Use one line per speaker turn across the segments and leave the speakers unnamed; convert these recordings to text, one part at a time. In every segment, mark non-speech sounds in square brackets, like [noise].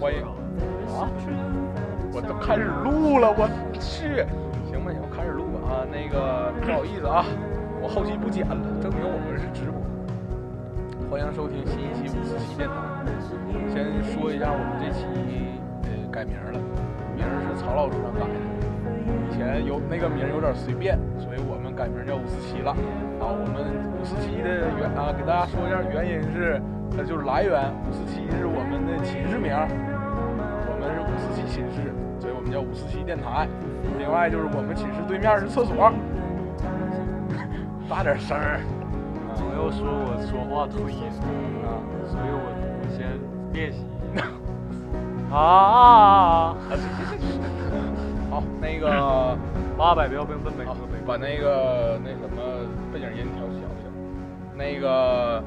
我也啊，呃我都开始录了，我去，行吧行，我开始录啊，那个不好意思啊，我后期不剪了，证明我们是直播。欢迎收听新一期五四七电台，先说一下我们这期呃改名了，名儿是曹老师让改的，以前有那个名儿有点随便，所以我们改名叫五四七了。啊，我们五四七的原啊，给大家说一下原因是，呃，就是来源五四七是我们的寝室名儿，我们是五四七寝室，所以我们叫五四七电台。另外就是我们寝室对面是厕所， [laughs] 大点声儿
朋友说我说话吞音，
啊！
所以我我先练习一下。啊！
好，那个。
八百标兵奔北
好
河北，，
把那个那什么背景音调小一下。那个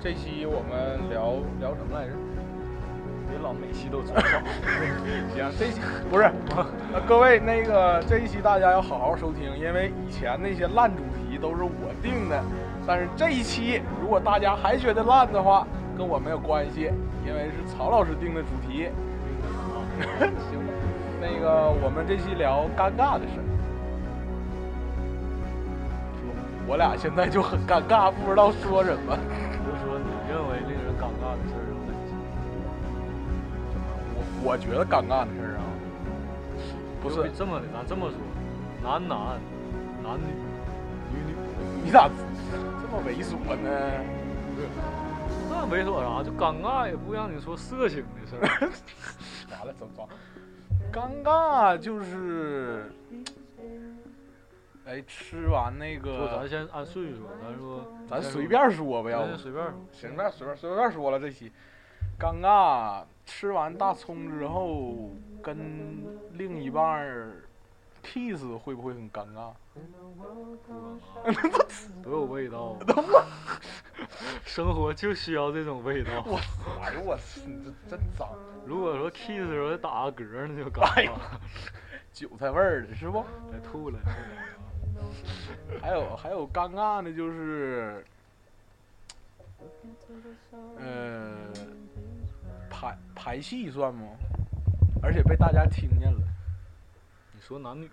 这期我们聊聊什么来着？
别老每期都出手。
行，这期不是、呃各位那个这一期大家要好好收听，因为以前那些烂主题都是我定的，但是这一期如果大家还觉得烂的话，跟我没有关系，因为是曹老师定的主题。 [laughs] 行吧，那个我们这期聊尴尬的事儿。说我俩现在就很尴尬，不知道说什么。
就说你认为令人尴尬的事儿有哪些？
我我觉得尴尬的事儿啊，不
就是这么的，咱这么说，男男，男女，女女，
你咋这么猥琐呢？
那猥琐啥？就尴尬也不让你说色情的事儿。
完了，走走。尴尬就是，哎，吃完那
不，咱
个，
先按顺序说，咱说，
咱随，便说吧，要不
咱随便说。
随便随便随便说了这期。尴尬，吃完大葱之后跟另一半儿 kiss 会不会很尴尬？
多有味道！生活就需要这种味道。
我哎呦我操，你这真脏，
如果说 kiss 的时候打个嗝，那就尴尬了，
韭菜味儿的是不？
得吐了。
还有还有尴尬的就是，呃，排排戏算吗？而且被大家听见了，
你说男女，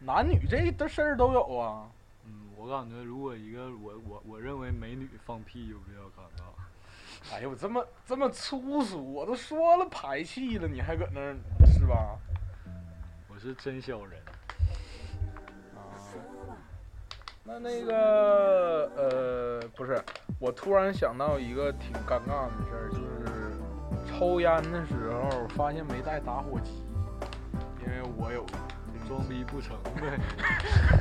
男女这的事儿都有啊。
嗯，我感觉如果一个我我我认为美女放屁就比较尴尬。
哎呦，这么这么粗俗，我都说了排戏了，你还搁那儿是吧？
我是真小人，
啊，那那个呃，不是，我突然想到一个挺尴尬的事儿，就是抽烟的时候发现没带打火机，因为我有，
装逼不成呗。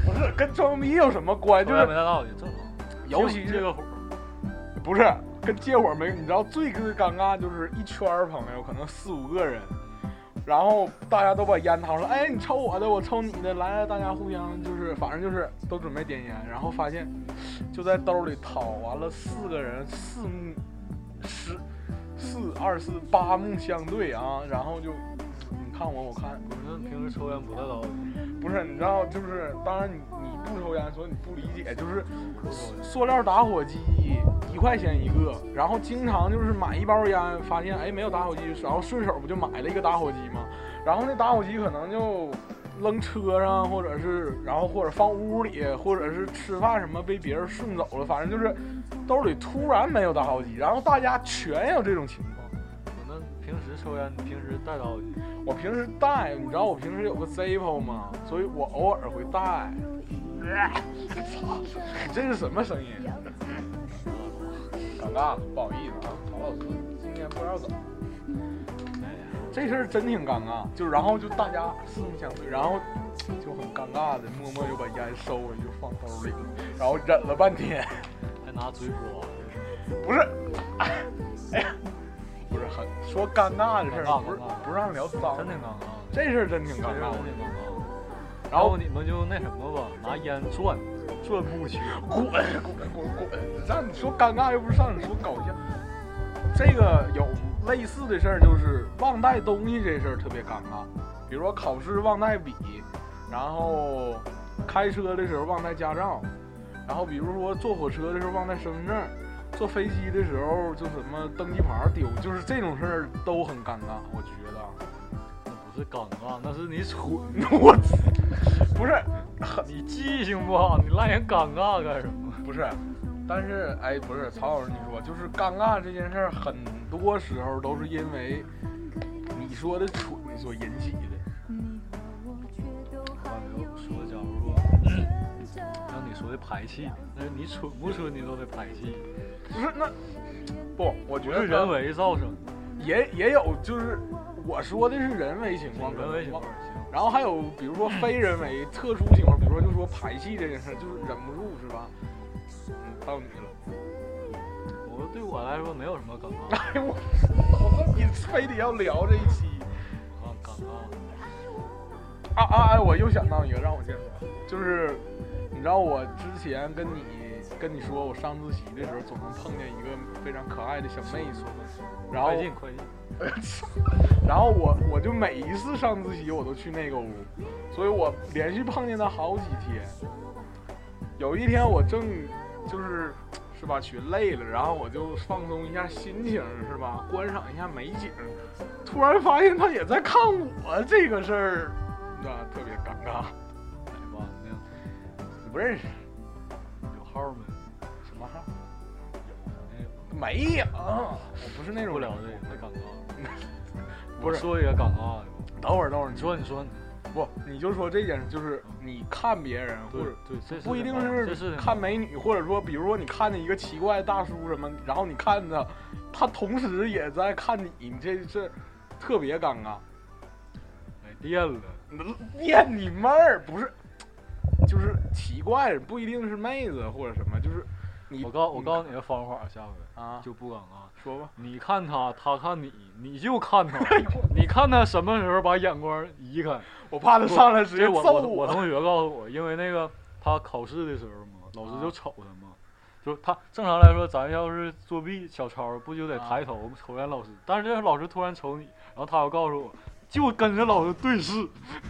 不是跟装逼有什么关系？就
后来没
是
带到去，正好。
尤其
这
是
个火，
不是跟借火没，你知道最最尴尬就是一圈儿朋友，可能四五个人。然后大家都把烟掏出来，哎，你抽我的，我抽你的，来，大家互相就是，反正就是都准备点烟，然后发现就在兜里掏，完了四个人四目十四二四八目相对啊，然后就你看我我看，
我说你平时抽烟不带刀子，
不是你知道就是，当然你你不抽烟，所以你不理解，就是塑塑料打火机一块钱一个，然后经常就是买一包烟，发现哎没有打火机，然后顺手不就买了一个打火机吗？然后那打火机可能就扔车上，或者是然后或者放屋里，或者是吃饭什么被别人顺走了，反正就是兜里突然没有打火机，然后大家全有这种情况。
我那平时抽烟，你平时带刀去，
我平时带，你知道我平时有个 Zippo 吗？所以我偶尔会带。你这是什么声音？尴尬了，不好意思啊，曹老师，今天不知道怎么。这事儿真挺尴尬，就然后就大家四目相对，然后就很尴尬的默默就把烟收回去就放兜里了，然后忍了半天，
还拿嘴刮，
不是，哎呀，不是很说尴尬的事儿，不是不让聊脏
真，挺尴尬。
这事儿真挺尴尬
真。挺尴尬。
然
然
后
后你们就那什么吧，拿烟转，转不去。
滚滚滚滚！让你说尴尬又不是让你说搞笑。这个有类似的事儿，就是忘带东西这事儿特别尴尬。比如说考试忘带笔，然后开车的时候忘带驾照，然后比如说坐火车的时候忘带身份证，坐飞机的时候就什么登机牌丢，就是这种事儿都很尴尬，我觉得 [laughs] 啊。
那不是尴尬，那是你蠢，
我不是
你记性不好，你赖人尴尬干什么？
不是，但是哎，不是曹老师，你说就是尴尬这件事儿，很多时候都是因为你说的蠢所引起的。
完了又说，假如说，让你说的排气，但是你蠢不蠢，你都得排气，
就是那不，我觉
不
得
是人为造成的，
也也有，就是我说的是人为情况，
人为情况。
然后还有比如说非人为特殊情况，比如说就说排气这件事儿，就是忍不住是吧？嗯，到你了。 [laughs]
我对我来说没有什么尴尬，
哎呦我， [laughs] 我说你非得要聊这一期
啊尴尬，
啊啊！哎，我又想到一个，让我先说，就是你知道我之前跟你跟你说我上自习的时候，总能碰见一个非常可爱的小妹子，然后
快进快进，
然后我我就每一次上自习我都去那个屋，所以我连续碰见他好几天。有一天我正就是是吧学累了，然后我就放松一下心情是吧，观赏一下美景，突然发现他也在看我这个事儿，那特别尴尬。
哎完了，
你不认识
有号没？
什么号？
没有，
没有，我不是那种
不聊这个，太尴尬了。
不是
我说一个尴尬的吧，
等会儿等会儿，
你
你
说你说你，
不你就说这件事，就是你看别人或
对
者
对，这是
不一定
这是
是看美女，或者说，比如说你看见一个奇怪的大叔什么，然后你看着他，同时也在看你，你这这特别尴尬。
没电了，
念你妹儿，不是，就是奇怪，不一定是妹子或者什么，就是你。
我告我
你
告诉你个方法，下回
啊，
就不尴尬。
说吧。
你看他，他看你，你就看
[laughs]
他，
哎
你看他什么时候把眼光移开。
我怕他上来直
直
接
接
揍
我我我同学告诉我，因为那个他考试的时候嘛，老
啊
师就瞅他嘛，就是他正常来说，咱要是作弊小抄，不就得
啊
抬头瞅见老师？但是这老师突然瞅你，然后他又告诉我，就跟着老师对视，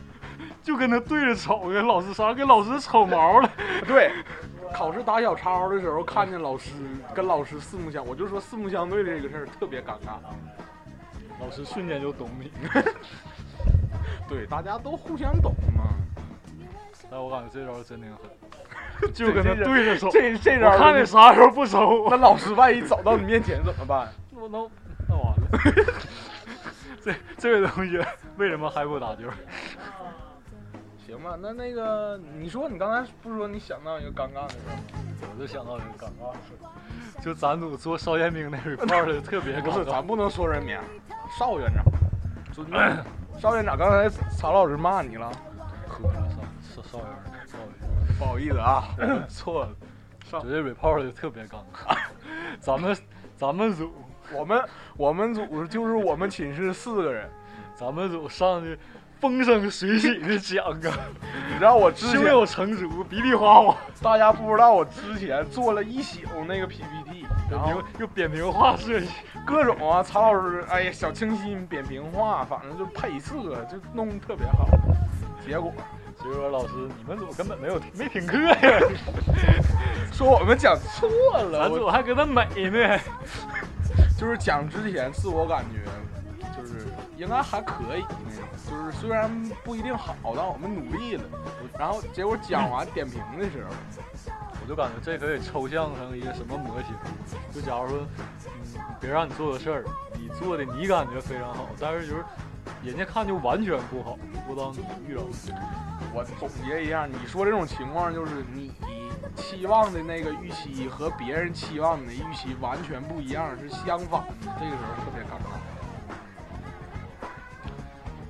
[laughs] 就跟他对着瞅，给老师啥给老师瞅毛了。 [laughs]
对，考试打小抄的时候看见老师跟老师四目相，我就说四目相对这个事儿特别尴尬。
老师瞬间就懂你，
对，大家都互相懂嘛。
[laughs] 但我感觉这招真挺狠， [laughs] 就跟他对着瞅。
这这招
我看你啥时候不瞅
[laughs]
我，
那老师万一走到你面前怎么办？
我那那完了。 [laughs] 这 [laughs] 这位同学为什么还不打球？
行吧，那那个你说你刚才不是说你想到一个尴尬的事儿吗？
[laughs] 我就想到一个尴尬的事儿，就咱组做烧煎饼那 report 的特别
不
尴
是，咱
尬。
不能说人名，邵 [clears throat] 院长，就邵院长刚才曹老师骂你了，
喝了少少少爷，少爷，
不好意思啊。
[laughs] 错了，
少
绝对 report 的特别尴尬。 [laughs] 咱们咱们组
我们我们组就是我们寝室四个人，
咱们组上去风生水起的讲 [laughs] 啊，
你知道我 [laughs] 之
胸
前
有成竹，比比划 [laughs] 划，
大家不知道我之前做了一宿那个 PPT，然后
又又扁平化设计，
各种啊，曹老师，哎呀，小清新扁平化，反正就配色就弄得特别好，结果。
结果老师你们组根本没有没听课呀，
说我们讲错了，
[laughs] 咱
我
组还搁那美呢。
就是讲之前自我感觉就是应该还可以，就是虽然不一定好，但我们努力了。然后结果讲完点评的时候，
我就感觉这可以抽象成一个什么模型？就假如说，嗯，别让你做的事儿，你做的你感觉非常好，但是就是人家看就完全不好，不当你遇到的
我总结一下，你说这种情况就是你期望的那个预期和别人期望的预期完全不一样，是相反的。这个时候特别尴尬。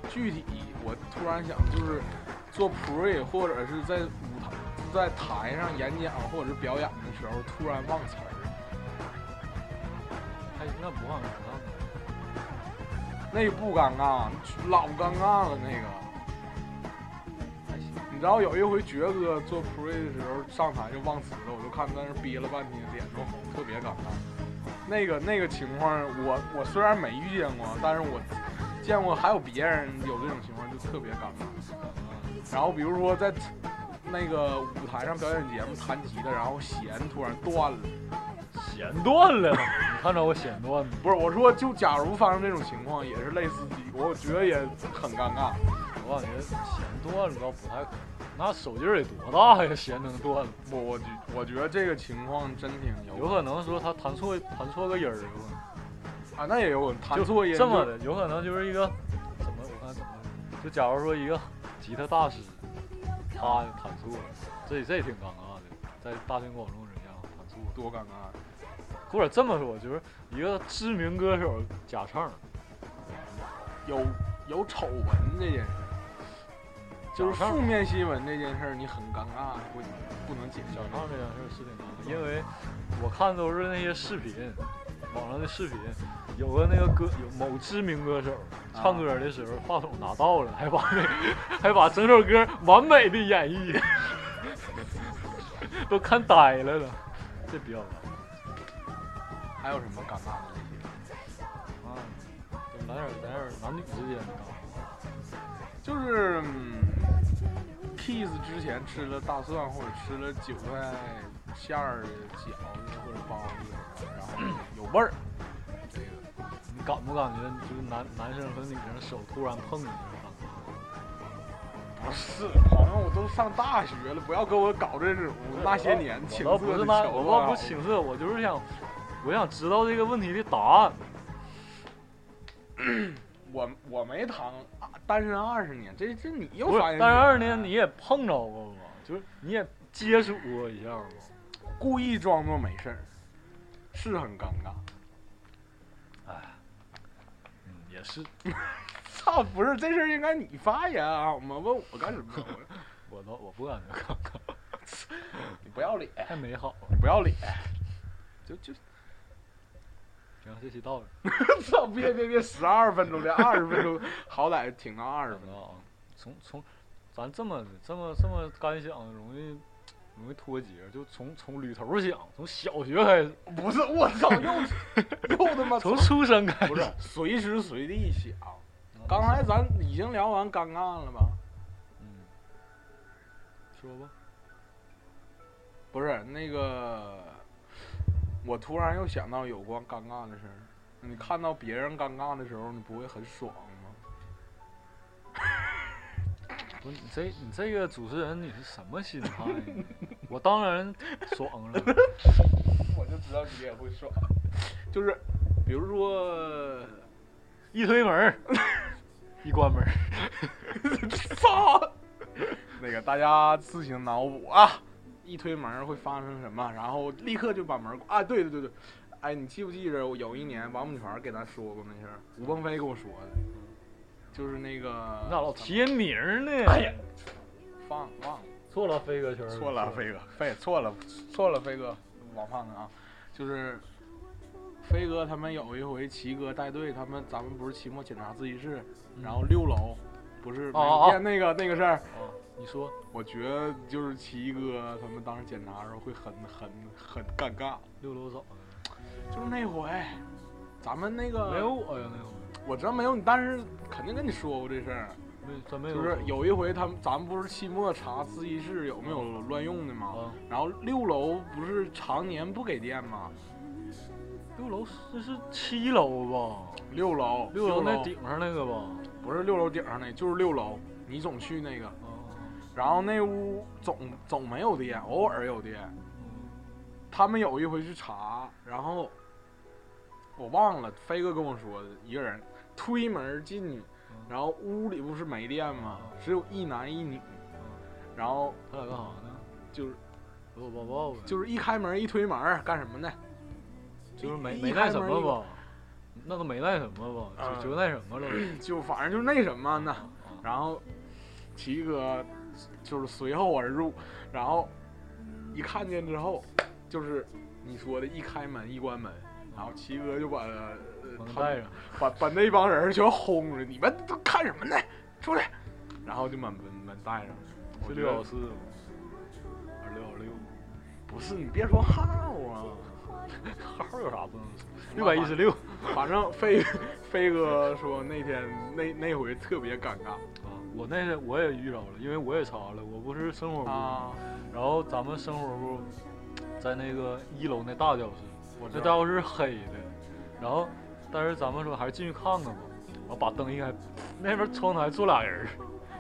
具体我突然想，就是做 pre 或者是在舞台、在台上演讲或者是表演的时候，突然忘词儿，
哎，那不忘不
那个不尴尬，老尴尬了那个。
还行
你知道有一回爵哥做 pre 的时候上台就忘词了，我就看在那儿憋了半天，脸都红，特别尴尬。那个那个情况，我我虽然没遇见过，但是我见过还有别人有这种情况，就特别尴尬。
忘
然后比如说在那个舞台上表演节目弹吉他，然后弦突然断了，
了，弦弦断了，你看着我弦断的，
不是，我说就假如发生这种情况，也是类似的，我觉得也很尴尬。
我感觉弦断了倒不太可能，那手劲儿得多大呀，弦能断了？
我我觉我觉得这个情况真挺有
有可能说他弹错弹错个音儿，有可能
啊，那也有可能弹
就
错音
这么的，有可能就是一个怎么我看怎么，就假如说一个吉他大师，他弹错了，这这挺尴尬的，在大庭广众之下弹错了。
多尴尬。
或者这么说，就是一个知名歌手假唱，
有有丑闻这件事，就是
假
负
唱
面新闻这件事，你很尴尬，不不能解
假
释。
唱这件事儿是挺难的，因为我看都是那些视频，网上的视频，有个那个歌有某知名歌手唱歌的时候，话筒拿到了，还把那还把整首歌完美的演绎， [laughs] 都看呆了都，这比较难
还有什么尴尬的这些？
啊，就来点来点男女之间的尴
就是、嗯、kiss 之前吃了大蒜或者吃了韭菜馅儿的饺子或者包子，然后有味儿。这个
尬，你感不感觉就是男男生和女生手突然碰一下尴尬？
不是，好像我都上大学了，不要跟我搞这种那些年情
我倒
色
不
的啊桥
是那，
段。
我倒不情色，我就是想，我想知道这个问题的答案。
我我没谈啊单身二十年，这这你又
不是，
发现？
但是二年你也碰着过吗？就是你也接触过一下吗？
啊故意装作没事儿，是很尴尬。
嗯，也是，
操，不是这事儿应该你发言啊，我们问我干什么？我
我都我不感觉尴尬，
你不要脸，
[laughs] 太美好了。
你 [laughs] 不要脸，就就
行，这期到这
[laughs]
儿，
操，别别别，十二分钟的二十分钟，好歹挺到二十
等
分
着
钟。
啊，从从咱这么这么这么干想，容易容易脱节，就从从捋头想，从小学开始，
不是，我操，又 [laughs] 又他妈
从出生开始。
不是随时随地想。刚才咱已经聊完尴尬了吧？
嗯，说吧，
不是那个，我突然又想到有关尴尬的事儿。你看到别人尴尬的时候，你不会很爽吗？
不是你这你这个主持人你是什么心态呢？我当然爽了。
我就知道你也会爽，就是比如说，
一推门儿，一关门儿，
操， [laughs] 那个大家自行脑补啊，一推门会发生什么，然后立刻就把门关啊，对对对对，哎，你记不记着我有一年王母泉给咱说过那事儿？吴鹏飞跟我说的，就是那个
你咋老提人名儿呢？
哎呀，放忘了。
错了，飞哥圈
错了，飞哥，飞错了，错了，飞哥，王胖子啊，就是飞哥他们有一回齐哥带队，他们咱们不是期末检查自习室，然后六楼不是没
哦
有
嗯哦
电那个那个事儿，
啊，你说
我觉得就是齐哥他们当时检查的时候会很很很尴尬，
六楼早呢，
就是那回咱们那个
没有，我呀那会
我知道没有你，但是肯定跟你说过这事儿，
儿，没真没有，
就是有一回他们咱们不是期末查自习室有没有乱用的吗？
啊，
然后六楼不是常年不给电吗？
六楼这是七楼吧？
六楼，
六楼
楼
那顶上那个吧？
不是六楼顶上那，就是六楼。你总去那个，
啊，
然后那屋总总没有电，偶尔有电。
嗯
他们有一回去查，然后我忘了，飞哥跟我说的，一个人推门进去，然后屋里不是没电吗？
嗯
只有一男一女，然后呃
他俩干啥呢？
就是
搂搂抱抱呗，
就是一开门一推门干什么呢？
就是没
一
没
一开
那什
门
么
一
吧？那都没那什么吧？
啊
就就那什么了呗。
就反正就是那什么呢。
啊
然后奇哥就是随后而入，然后一看见之后，就是你说的一开门一关门，然后奇哥就把呃
把他
他
带上，
把把那帮人全轰出去，你们都看什么呢？出来！然后就把门门带上。
是
我觉
六
得
幺四，还是六幺六？
不是你别说号啊，
号有啥不能说？六百一十六。
反正飞飞哥说那天那那回特别尴尬
啊，我那是我也遇着了，因为我也查了，我不是生活部，
啊，
然后咱们生活部在那个一楼那大教室，
我知
那
道。
家伙是啊黑的，然后但是咱们说还是进去看看吧。我把灯一开，那边窗台坐俩人儿，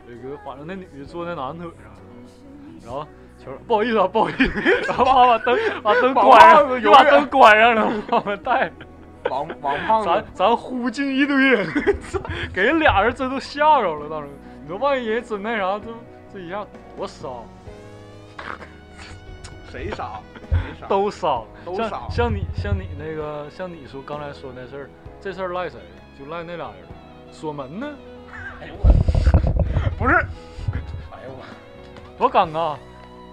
有个反正那女的坐那男腿上，然后求着不好意思啊，不好意思， [laughs] 然后把把灯把灯
把
关
袜
上，
子
就
揉
把
着
灯关上了，把我们带。
王王胖
咱
子，
咱呼进一堆人，操 [laughs] 给人俩人真都吓着了，当时你说万一人真那啥，这这一下多骚，
谁傻？谁傻？
都骚，
都骚
像像你像你那个像你说刚才说那事儿，这事儿赖谁？就赖那俩人，锁门呢，
哎呦我，不是，哎呦我，
多尴尬。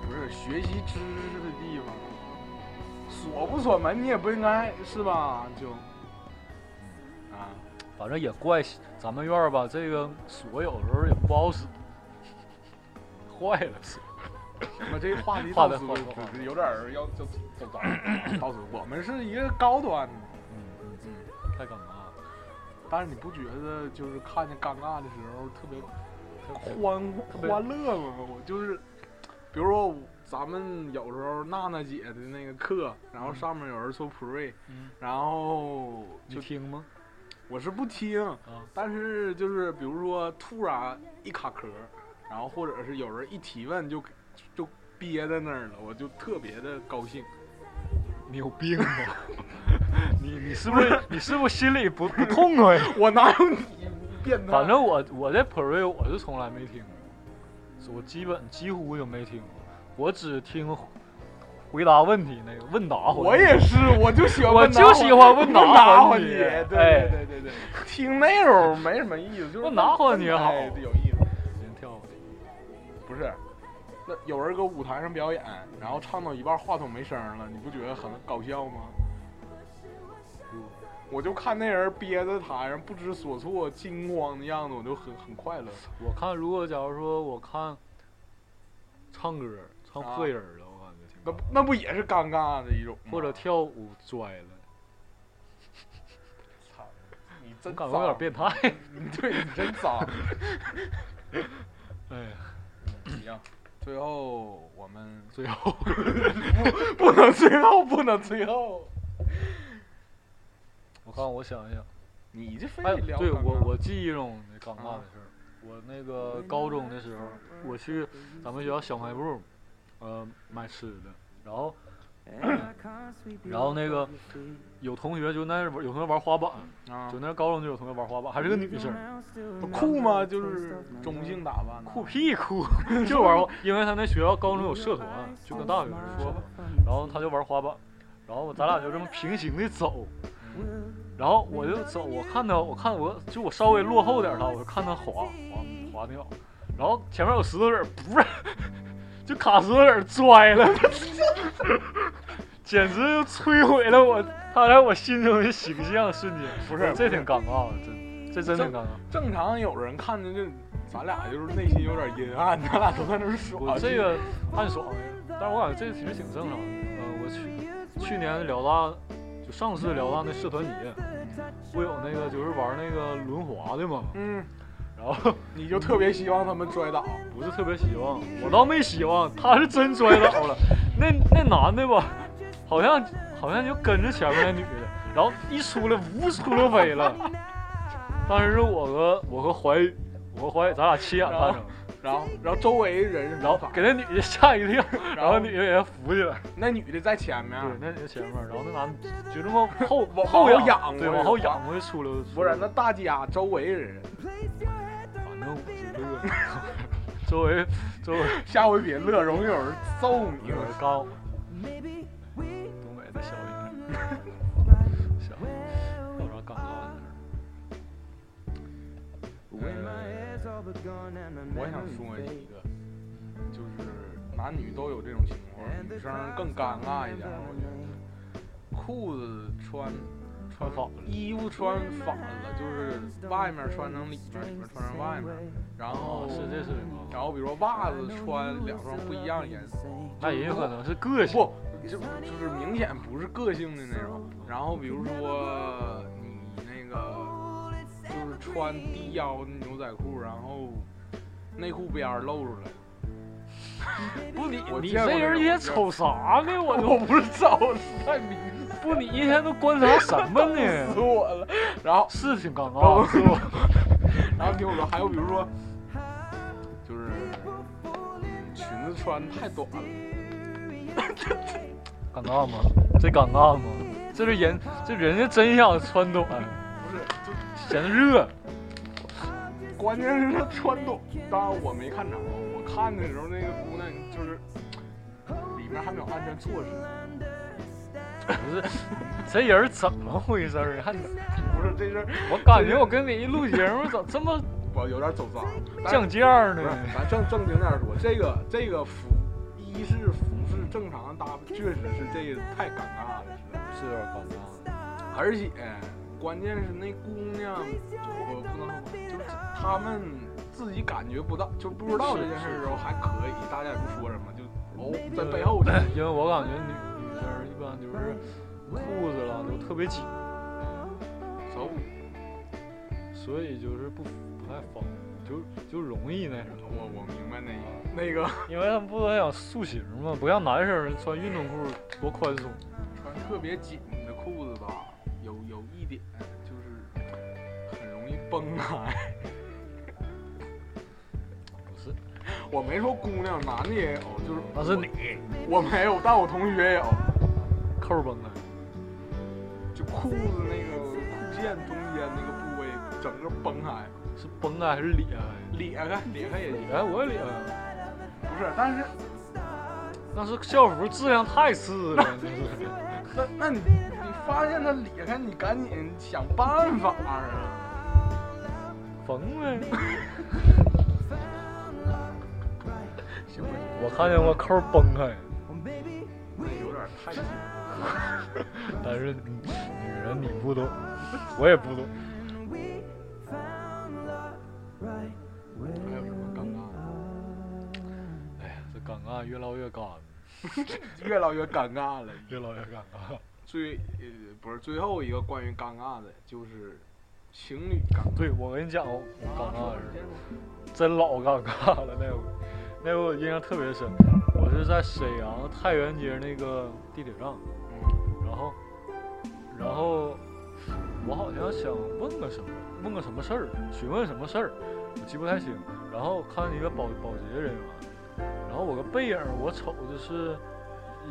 不是学习知识的地方，锁不锁门你也不应该是吧？就，
嗯
啊，
反正也怪咱们院儿吧，这个锁有时候也不好使， [laughs] 坏了锁。
行吧，这个话题
[laughs] 话
到
的
此
话的话的
有点儿要就就
[laughs]
到此到此，我们是一个高端的。
嗯，
嗯
太尴尬了。
但是你不觉得就是看见尴尬的时候特别
特
欢
别
欢乐吗？我就是，比如说咱们有时候娜娜姐的那个课，然后上面有人说普瑞，
嗯，
然后
你
就
听吗？
我是不听，
啊，
但是就是比如说突然一卡壳，然后或者是有人一提问就就憋在那儿了，我就特别的高
[laughs]
兴。
你有病吧？ [laughs] 你你是不是你是不是心里不不痛快？
我哪有你变态？
[laughs] 反正我我这 p r e 我是从来没听过，我基本几乎就没听过，我只听回答问题那个问答环节。
我也是，我就喜欢
我
问答
就
环
喜欢问答
问答
环
环
节
节，
哎
对对对对对，听那种没什么意思，就是
问答环节好
哎有意思。
先跳过去。
不是，那有人搁舞台上表演，然后唱到一半话筒没声了，你不觉得很搞笑吗？我就看那人憋在台上不知所措、惊慌的样子，我就很很快乐。
我看如果假如说我看唱歌唱
啊
破音儿了，我感觉挺
那
好
不那不也是尴尬的一种吗？
或者跳舞拽了，
操，你
我
真
感觉有点变态。
态，对你真脏。
哎呀，
行，最后我们
最后
不能最后，不能最后。
我看我想一想，
你这非
哎
得，聊
对
尴
我
尬
我记忆中的尴尬
啊
的事儿，我那个高中的时候，我去咱们学校小卖部，呃，买吃的，然后
然后那个
有同学就那儿玩有同学玩滑板，
啊
就，那高中就有同学玩滑板，还
还
是
是
个
个
女
女
生
生，，
不
酷
酷吗？
吗？
就
就是是
中
中
性
性
打扮呢，
酷屁酷， [laughs] 就玩滑，因为他那学校高中有社团，就跟大学似的社团，然后他就玩滑板，然后咱俩就这么平行的走，然后我就走，我看他，我看我就我稍微落后点他，我就看他滑滑滑掉，然后前面有石头子儿，不是，就卡石头子儿拽了， [laughs] 简直就摧毁了我他在我心中的形象，瞬间
不是
这挺尴尬的，真这真挺尴尬。
正常有人看着这，咱俩就是内心有点阴暗， [laughs] 咱俩都在那儿
我
爽。
这个暗爽呀，但是我感觉这个其实挺正常的。呃，我去去年辽大就上次辽大那社团节，不有那个就是玩那个轮滑的嘛，
嗯，
然后 [laughs]
你就特别希望他们摔倒，
不是特别希望，我倒没希望，他是真摔倒了。那那男的吧，好像好像就跟着前面那女的，然后一出来，呜出溜飞了。当时是我和我和怀宇，我和怀宇，咱俩亲眼看着，
然后然后周围人
然后给那女的吓一跳，然
然
后
后
女的给她扶起来。
那女的在前面，
对，那你前面儿，然后那男的就这么后
往
后
后
仰，
仰
对，
过
往
去
后
了
仰过去出溜，
不是那大家周围人， [laughs]
反正我就乐了， [laughs] 周围周围
下回别乐，容易有人揍你
有。人刚我，东北的小野，
[laughs]
小野，有啥尴尬的事儿？
呃我想说一个，就是男女都有这种情况，
哎
女生更尴尬一点，我觉得。裤子穿
穿反了
衣服穿反了，就是外面穿成里面，里面穿成外面，然后
哦，是这是有
然后比如说袜子穿两双不一样颜色，
那也有可能是个性，
不，就就是明显不是个性的那种。然后比如说你那个就是穿低腰的牛仔裤，然后内裤边儿露出来。
不你
我
你
见 [laughs] 过
这
这
人
种
也
我见
瞅啥呢？我
我
都
不是找，是太明显。
不，你一天都观察什么
死 [laughs]
呢？
我了。然后
是挺尴
然后
尬，
是我，哦 [laughs] 然后听我说，还有比如说，就是裙子穿太短了，
尴尬吗？这尴尬吗？这是人，这人家真想穿短，
不是，就
嫌热。
关键是她穿短，当然我没看着，我看的时候那个姑娘就是里面还没有安全措施，
不是， [laughs] 这人怎么回事儿啊？还
不是这事儿
我感觉我跟你一录节目，怎么这么
我有点走脏，但是
降价
不
呢
是？，咱正正经点儿说，这个这个服，一是服饰正常搭配，确实是这个太尴尬了，是吧
是有点尴尬。
而且关键是那姑娘，我不能说，就是他们自己感觉不到，就不知道这件事儿的时候还可以，大家也不说什么，就哦在背后
因为我感觉女女生一般就是裤子了都特别紧，
走。
所以就是不不太方便，就就容易那什么。
我我明白那个那个
因为他们不都想塑形吗？不像男生穿运动裤多宽松。
穿特别紧的裤子吧，有有一点就是很容易崩啊开。
不是，
我没说姑娘，男的也有，就是
那是你
我没有，但我同学也有，
扣崩开，
就裤子那个裤线中间那个部位整个崩开，
是崩开还是裂
裂开裂开也
开？
行
裂，开我也裂开，
不是，但是
那是校服质量太次 [laughs] 了，就是。
那那你你发现它裂开，你赶紧想办法啊！
缝呗。
行不行？
我看见过扣崩开，
那有点太紧，
但是你女人你不懂，我也不懂。
还有什么尴尬？
哎呀，这尴尬越唠越干，
越唠越尴尬了。
越唠越尴尬。
最呃不是最后一个关于尴尬的，就是情侣尴尬。
对，我跟你讲，我尴尬是真老尴尬了那回， [laughs] 那回我印象特别深。我是在沈阳太原街那个地铁站，
嗯
然后，然后我好像想问个什么，问个什么事儿，询问什么事儿，我记不太清。然后看一个保保洁人员，然后我个背影儿我瞅的是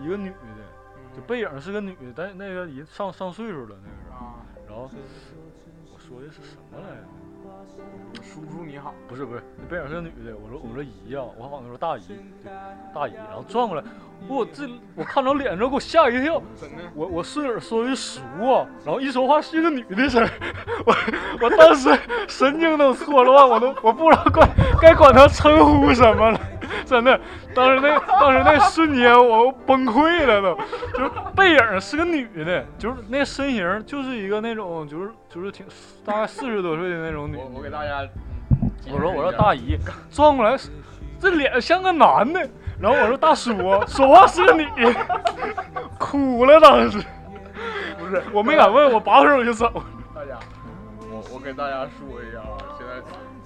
一个女的，
嗯
就背影儿是个女的，但那个已上上岁数了那个人。
啊，
然后我说的是什么来着？
叔叔你好，
不是不是，那背影是个女的。我说我说姨呀、啊我好像说大姨，对大姨。然后转过来，我这我看着脸之后给我吓一跳，
真的
我我顺耳说一熟啊，然后一说话是一个女的声儿， [laughs] 我我当时神经都错乱，我都我不知道该该管她称呼什么了， [laughs] 真的，当时那当时那瞬间我崩溃了都，就是背影是个女的，就是那身形就是一个那种就是就是挺大概四十多岁的嗯那种女
我我给大家，嗯
我说我说大姨，转过来，这脸像个男的。然后我说大叔，啊说话是个女的，哭了当时。
不是
我没敢问，我拔腿我就走。
大家，嗯我我给大家说一下啊，现在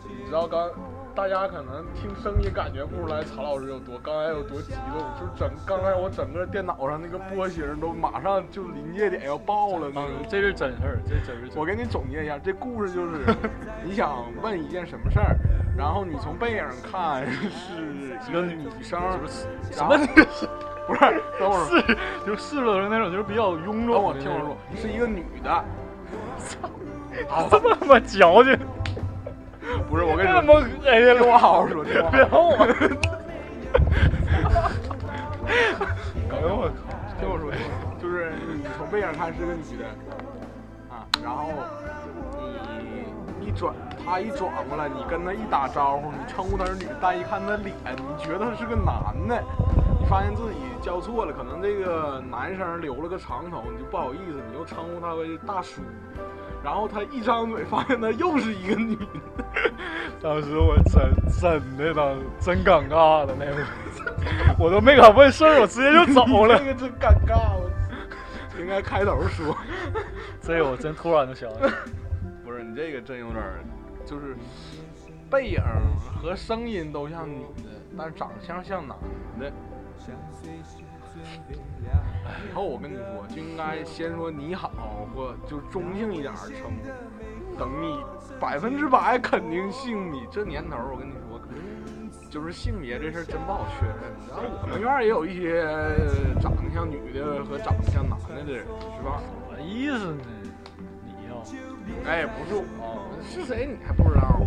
你知道刚大家可能听声音感觉不出来曹老师有多刚才有多激动，就整刚才我整个电脑上那个波形都马上就临界点要爆了那种。
嗯这是真事儿，这真是真
我给你总结一下，这故事就是 [laughs] 你想问一件什么事儿，然后你从背影看是一个女生，
什
然
么
后？不是，等会儿
是就是四十多岁那种，就是比较臃肿。
等我听我说，是一个女的，啊
说，这么他妈矫情，
不是我跟你 [laughs]
这
说，
么恶心
听
了。
我好好说，听我好好
别
说
哄我！ [laughs] 哎呦我靠！
听我说，听我说就是你从背影看是个女的，啊，然后你一转，她一转过来，你跟她一打招呼，你称呼她是女的，但一看她脸，你觉得她是个男的，你发现自己叫错了，可能这个男生留了个长头，你就不好意思，你又称呼她为大叔，然后她一张嘴，发现她又是一个女的，
当时我真真的当时真尴尬了，那会儿我都没敢问事儿，我直接就走了
这。个真尴尬，我应该开头说。
这个我真突然就想起来了，
不是你这个真有点儿，就是背影儿和声音都像女的，但是长相像男的。以后哎我跟你说，就应该先说你好，或就中性一点儿称呼。等你百分之百肯定性你，这年头儿我跟你说，就是性别这事儿真不好确认。然后我们院儿也有一些长得像女的和长得像男的的人，是吧？
什么意思呢？你呀、
哎，不是我，是谁你还不知道？啊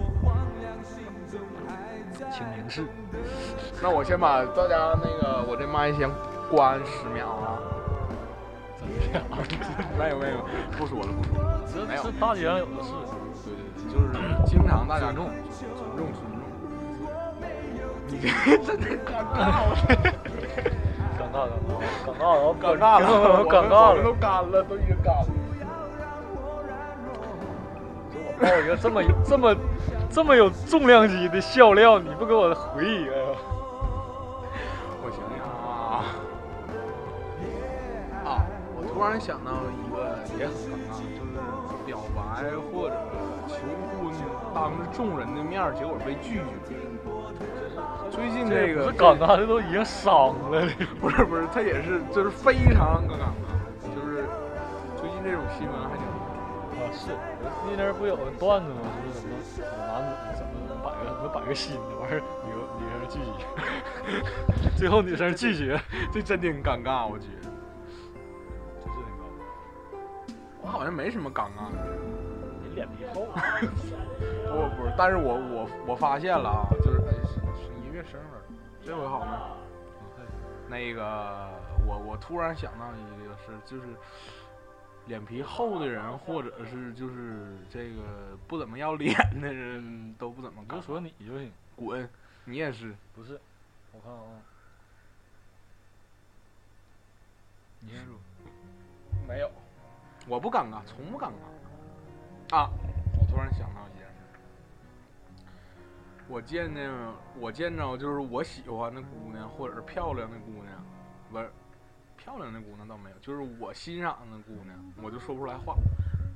请明示。
那我先把大家那个我这麦先关十秒啊。
怎么这样？
[laughs] 没有没有，不说了不说了。
这
没有
这大街上有的是。
对对对，就是经常大家
尊重
尊重尊重。 [laughs] 你这真的尴尬了，
尴尬了，尴尬了，
尴尬了，
尴
[laughs] 我们都
尬了。
干了，都已经干了。
我报一个这么有这么这么有重量级的笑料，你不给我回一个呀？
我想想啊，啊，我突然想到一个也很尴尬，就是表白或者求婚，当着众人的面儿，结果被拒绝。最近这个
这尴尬的都已经伤了。这
[laughs] 不是不是，他也是就是非常尴尬，就是最近这种新闻还挺多。
啊，是那阵儿不有个段子吗？就是什么男子怎么摆个什么摆个心的，完事儿女女生拒绝， [laughs] 最后女生拒绝，
这真挺尴尬，我觉得。
就是那
我好像没什么尴尬的事儿，
个你脸皮厚，啊
我 [laughs] 不是，但是我我我发现了啊，就是哎是是一月生日，这回好吗？那个我我突然想到一个事儿，就是脸皮厚的人，或者是就是这个不怎么要脸的人，都不怎么
你
干
就。说你就行，
滚，你也是。
不是？我看啊，你先说，
没有，
啊
我不尴尬，从不尴尬。啊，我突然想到一件事，我见见我见着就是我喜欢的姑娘，或者是漂亮的姑娘，不是漂亮的姑娘倒没有，就是我欣赏的姑娘，我就说不出来话。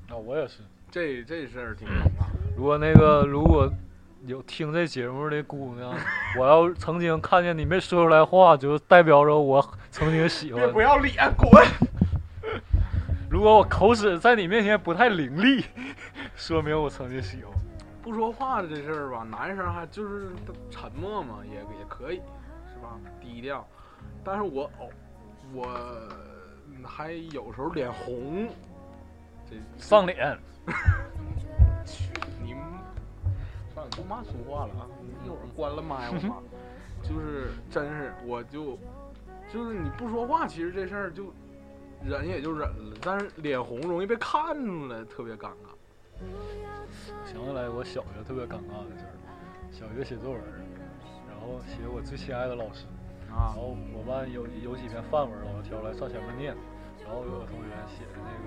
啊，我也是。
这这事儿挺啊尴尬。
如果那个如果有听这节目的姑娘，我要曾经看见你没说出来话，就代表着我曾经喜欢
别。不要脸，滚！
如果我口齿在你面前不太伶俐， [laughs] 说明我曾经喜欢。
不说话的这事儿吧，男生还就是沉默嘛，也也可以，是吧？低调。但是我偶、我嗯还有时候脸红，这
上脸，
你们算了，不骂俗话了啊！一会儿关了麦我
[laughs]
骂。就是真是，我就就是你不说话，其实这事儿就忍也就忍了，但是脸红容易被看出来，特别尴尬。
想起来我小学特别尴尬的事儿，小学写作文儿，然后写我最亲爱的老师，然
啊，
后我班有有几篇范文儿，老师挑出来上前面念，然后有个同学写的那个，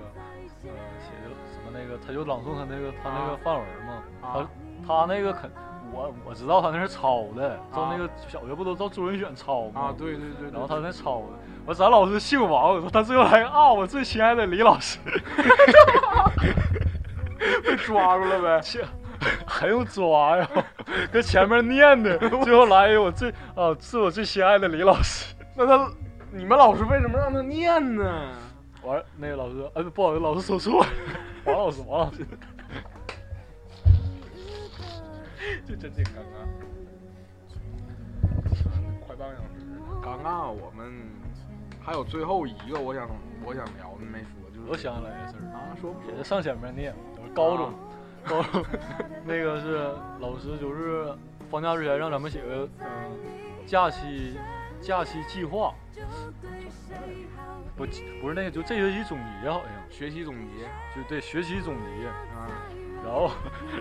呃，写的什么那个，他就朗诵他那个他那个
啊
范文儿嘛，
啊
他他那个肯，我我知道他那是抄的，照
啊
那个小学不都照作文选抄吗？
啊，对对对对，
然后他那抄的，我说咱老师姓王，我说他最后来个啊，我最亲爱的李老师，
被抓住了呗。
切，还用抓呀？ [laughs] 跟前面念的，最后来一个我最啊，是我最亲爱的李老 [laughs] 师。
那他，你们老师为什么让他念呢？
完，那个老师说，哎，不好意思，老师说 [laughs] 错了，王老师，王老师。
这真挺尴尬。快半个小时，尴尬。我们还有最后一个，我想我想聊的没说，就是
我想起来一个事儿，啊
啊，说不
也
说
是上前面念，我是高中， [laughs] 高中那个是老师就是放假之前让咱们写个嗯、假期假期计划，不不是那个就这学期总结好像
学习总结
就对学习总结，
啊，
然后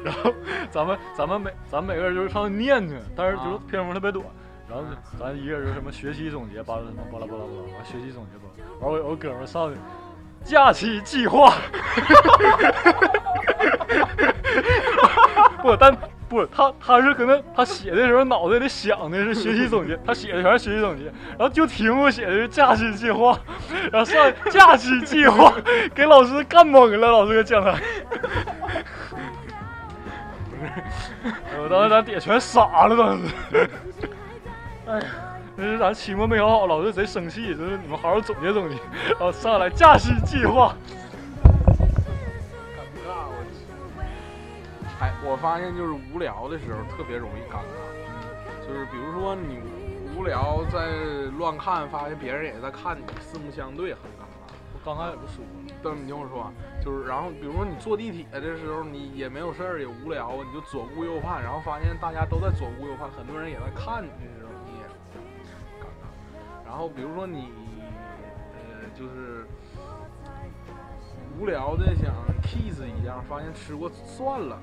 然后咱们咱们每咱们每个人就是上去念去，但是就是
啊
篇幅特别短。然后就咱一个人就什么学习总结巴拉什么巴拉巴拉巴拉，完学习总结巴拉，完我有个哥们儿上去，假期计划，不，但不，他他是可能他写的时候脑袋里想的是学习总结，他写的全是学习总结，然后就题目写的是假期计划，然后上假期计划给老师干懵了，老师给讲台。我当时咱爹全傻了，当时。哎呀，就是咱期末没考好，老师贼生气，就是你们好好总结总结。然后上来驾驶计划，
尴尬，我哎，我发现就是无聊的时候特别容易尴尬，就是比如说你无聊在乱看，发现别人也在看你，四目相对，很尴尬。
我刚开始不说了，
但你听我说，啊就是然后比如说你坐地铁的时候，你也没有事儿，也无聊，你就左顾右盼，然后发现大家都在左顾右盼，很多人也在看你的时候，你也尴尬。然后比如说你呃就是无聊的想 kiss 一下，发现吃过算了。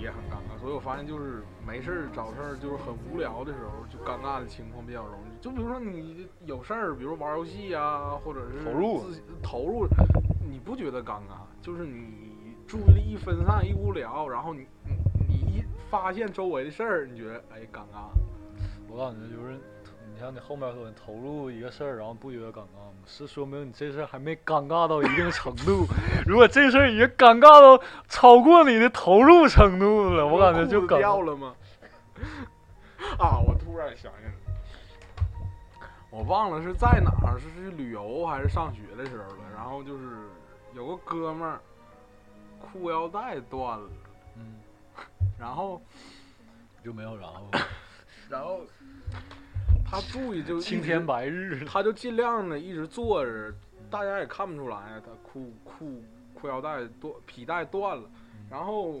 也很尴尬，所以我发现就是没事儿找事儿，就是很无聊的时候，就尴尬的情况比较容易。就比如说你有事儿，比如玩游戏啊，或者是
投入
自己投入，你不觉得尴尬？就是你注意力一分散，一无聊，然后你你你一发现周围的事儿，你觉得哎尴尬。
我感觉就是你像你后面说你投入一个事儿，然后不觉得尴尬吗？是说明你这事儿还没尴尬到一定程度。如果这事儿已经尴尬到超过你的投入程度 [laughs] 了，我感觉就
裤子
尴
掉
尬。
了吗？ [laughs] 啊，我突然想起来，我忘了是在哪儿，是去旅游还是上学的时候了。然后就是有个哥们儿裤腰带断了，
嗯，
然后
就没有然后了，
然后他注意就一
青
直
天白日了。
他就尽量的一直坐着，大家也看不出来他裤裤裤腰带断皮带断了，
嗯
然后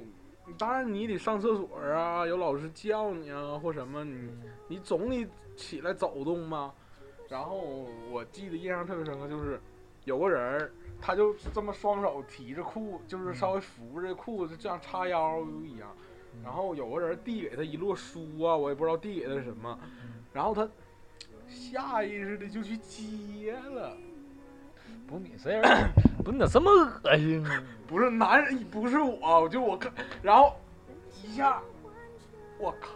当然你得上厕所啊，有老师叫你啊或什么，你你总得起来走动嘛。然后我记得印象特别深刻，就是有个人儿，他就这么双手提着裤，就是稍微扶着裤子，这样叉腰一样。然后有个人递给他一摞书啊，我也不知道递给他什么，然后他下意识的就去接了。
不，你这人不，你咋这么恶心呢？
不是男人，不是我，就我看，然后一下，我靠，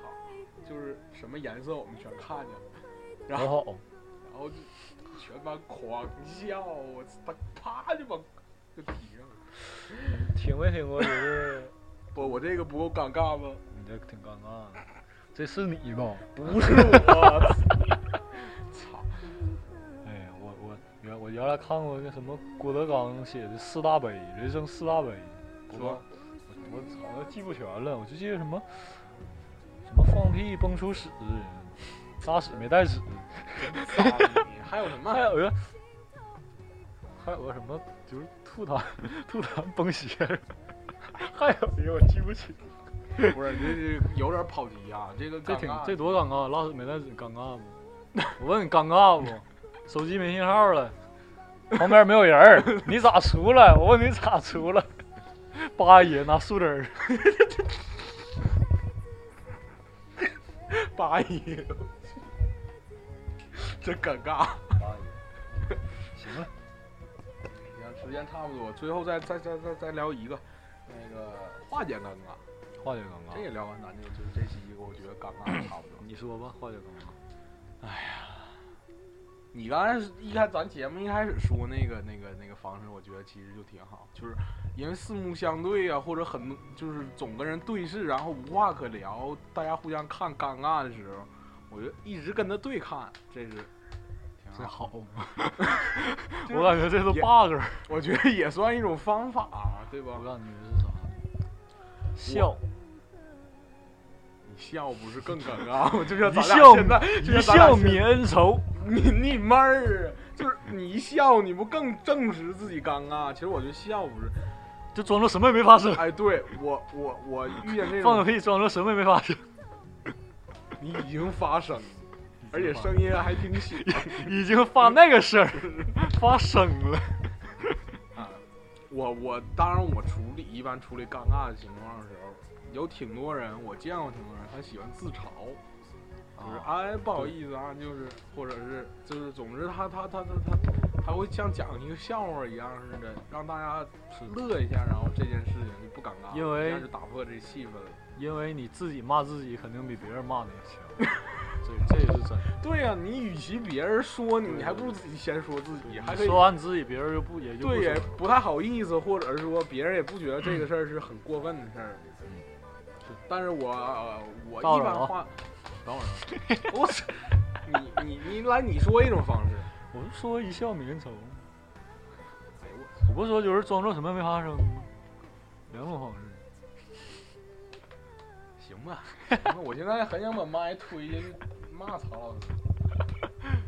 就是什么颜色我们全看见了，然
很
后
好，
然后就全班狂笑，我他啪就把就提上了。
听没听过？就是
不，我这个不够尴尬吗？
你这挺尴尬的，这是你吧？
不是我，操！
哎，我我原我原来看过那什么郭德纲写的四大悲，人生四大悲，
说
我我好像记不全了，我就记得什么什么放屁崩出屎，拉屎没带屎，
操你还有什么
还？有个还有个什么就是吐痰 [laughs] 吐痰崩血， [laughs] 还有一个我记不起，
不是，这这有点跑题啊，这个
这
尴
挺
尬
这多尴尬，拉屎没带屎尴尬不？我问你尴尬不？手机没信号了，旁边没有人儿，你咋出来？我问你咋出来？八爷拿树枝儿，
八一，真尴尬。
行了，
行，时间差不多，最后再再再再再聊一个，那个化解尴尬，
化解尴
这也
尬。
聊完咱就就是这期我觉得尴尬差不多。
你说吧，化解尴尬。
你刚才一开咱节目一开始说那个那个那个方式，我觉得其实就挺好，就是因为四目相对啊，或者很就是总跟人对视，然后无话可聊，大家互相看尴尬的时候，我就一直跟他对看，这是
这
挺好，
好吗？ [laughs] 我感觉这是
也
bug，儿
我觉得也算一种方法，啊对吧
我？感觉是啥？笑，
你笑不是更尴尬吗？就 [laughs] 像
一
咱俩
笑
现在，就
一
像咱俩
笑
现在
泯恩仇。
你你妹儿啊！就是你一笑，你不更证实自己尴尬？其实我觉得笑不是，
就装作什么也没发生，
哎，对我我我遇见这
放个
种，
屁，装作什么也没发生，
你已经发声，而且声音还挺响
已经发那个 [laughs] 声儿，发声了。
啊。我我当然我处理一般处理尴尬的情况的时候，有挺多人我见过挺多人，他喜欢自嘲，
啊
就是哎不好意思啊，就是或者是就是总之他他他他他他会像讲一个笑话一样似的，让大家
是
乐一下，然后这件事情就不尴尬了，
因为
这样就打破这气氛了。
因为你自己骂自己，肯定比别人骂你强。 [laughs] 这这也是真的。
对呀、你与其别人说你，你还不如自己先说自己，还可以
说完自己，别人就不也就不
对也
说了
不太好意思，或者说别人也不觉得这个嗯事儿是很过分的事儿。但是我我
到
一
了
般
啊
话，
当然，
[laughs] 我操！你你你来，你说一种方式。
我就说一笑泯恩仇，
哎呦我
我不说就是装作什么没发生吗，两种方式。
操，行吧。那我现在很想把麦推进去骂曹老师。
哎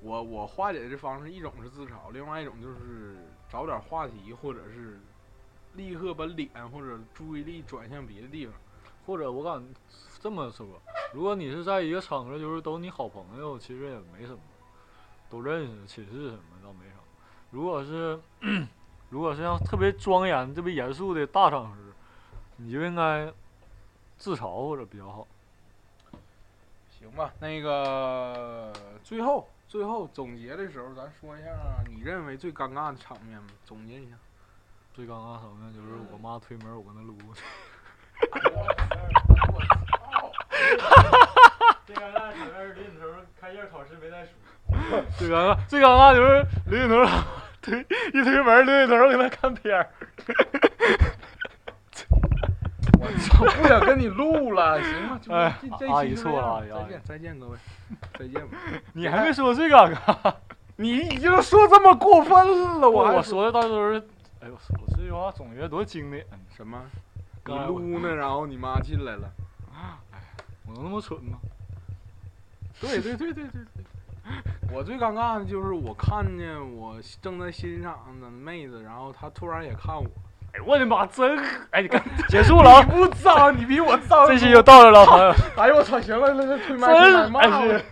我我化解的方式，一种是自嘲，另外一种就是找点话题，或者是立刻把脸或者注意力转向别的地方。
或者我敢这么说，如果你是在一个场合，就是都你好朋友，其实也没什么，都认识，寝室什么倒没啥。如果是 [clears throat] 如果是像特别庄严、特别严肃的大场合，你就应该自嘲或者比较好。
行吧，那个最后最后总结的时候，咱说一下你认为最尴尬的场面吧，总结一下。
最尴尬什么呢？就是我妈推门，我跟她撸。
这尴尬场面是临头开卷考试没带书，
最尴尬，最尴尬就是刘雨桐老 [laughs] 推一推门，刘雨桐搁那看片儿。
我操，不想跟你录了，行吧？就
哎
这这
阿
一
姨
期就这
错了
样
阿姨
再见
阿姨
再见各位，再见吧。
你还没说最尴尬，
[laughs] 你已经说这么过分了，还
我
我
说的到时候，哎呦，我这句话总结得多经典。嗯
什么？你
刚才我
撸呢，然后你妈进来了。
我能那么蠢吗？
[laughs] 对对对对对 [laughs] 对。我最尴尬的就是我看见我正在欣赏的妹子，然后她突然也看我。
哎呦我的妈，真狠哎，你看结束了啊，
你不脏，你比我脏。
[laughs] 这期就到这了，朋友。
哎呦我操！行了，那那推麦
真
推麦骂
哎
我
是。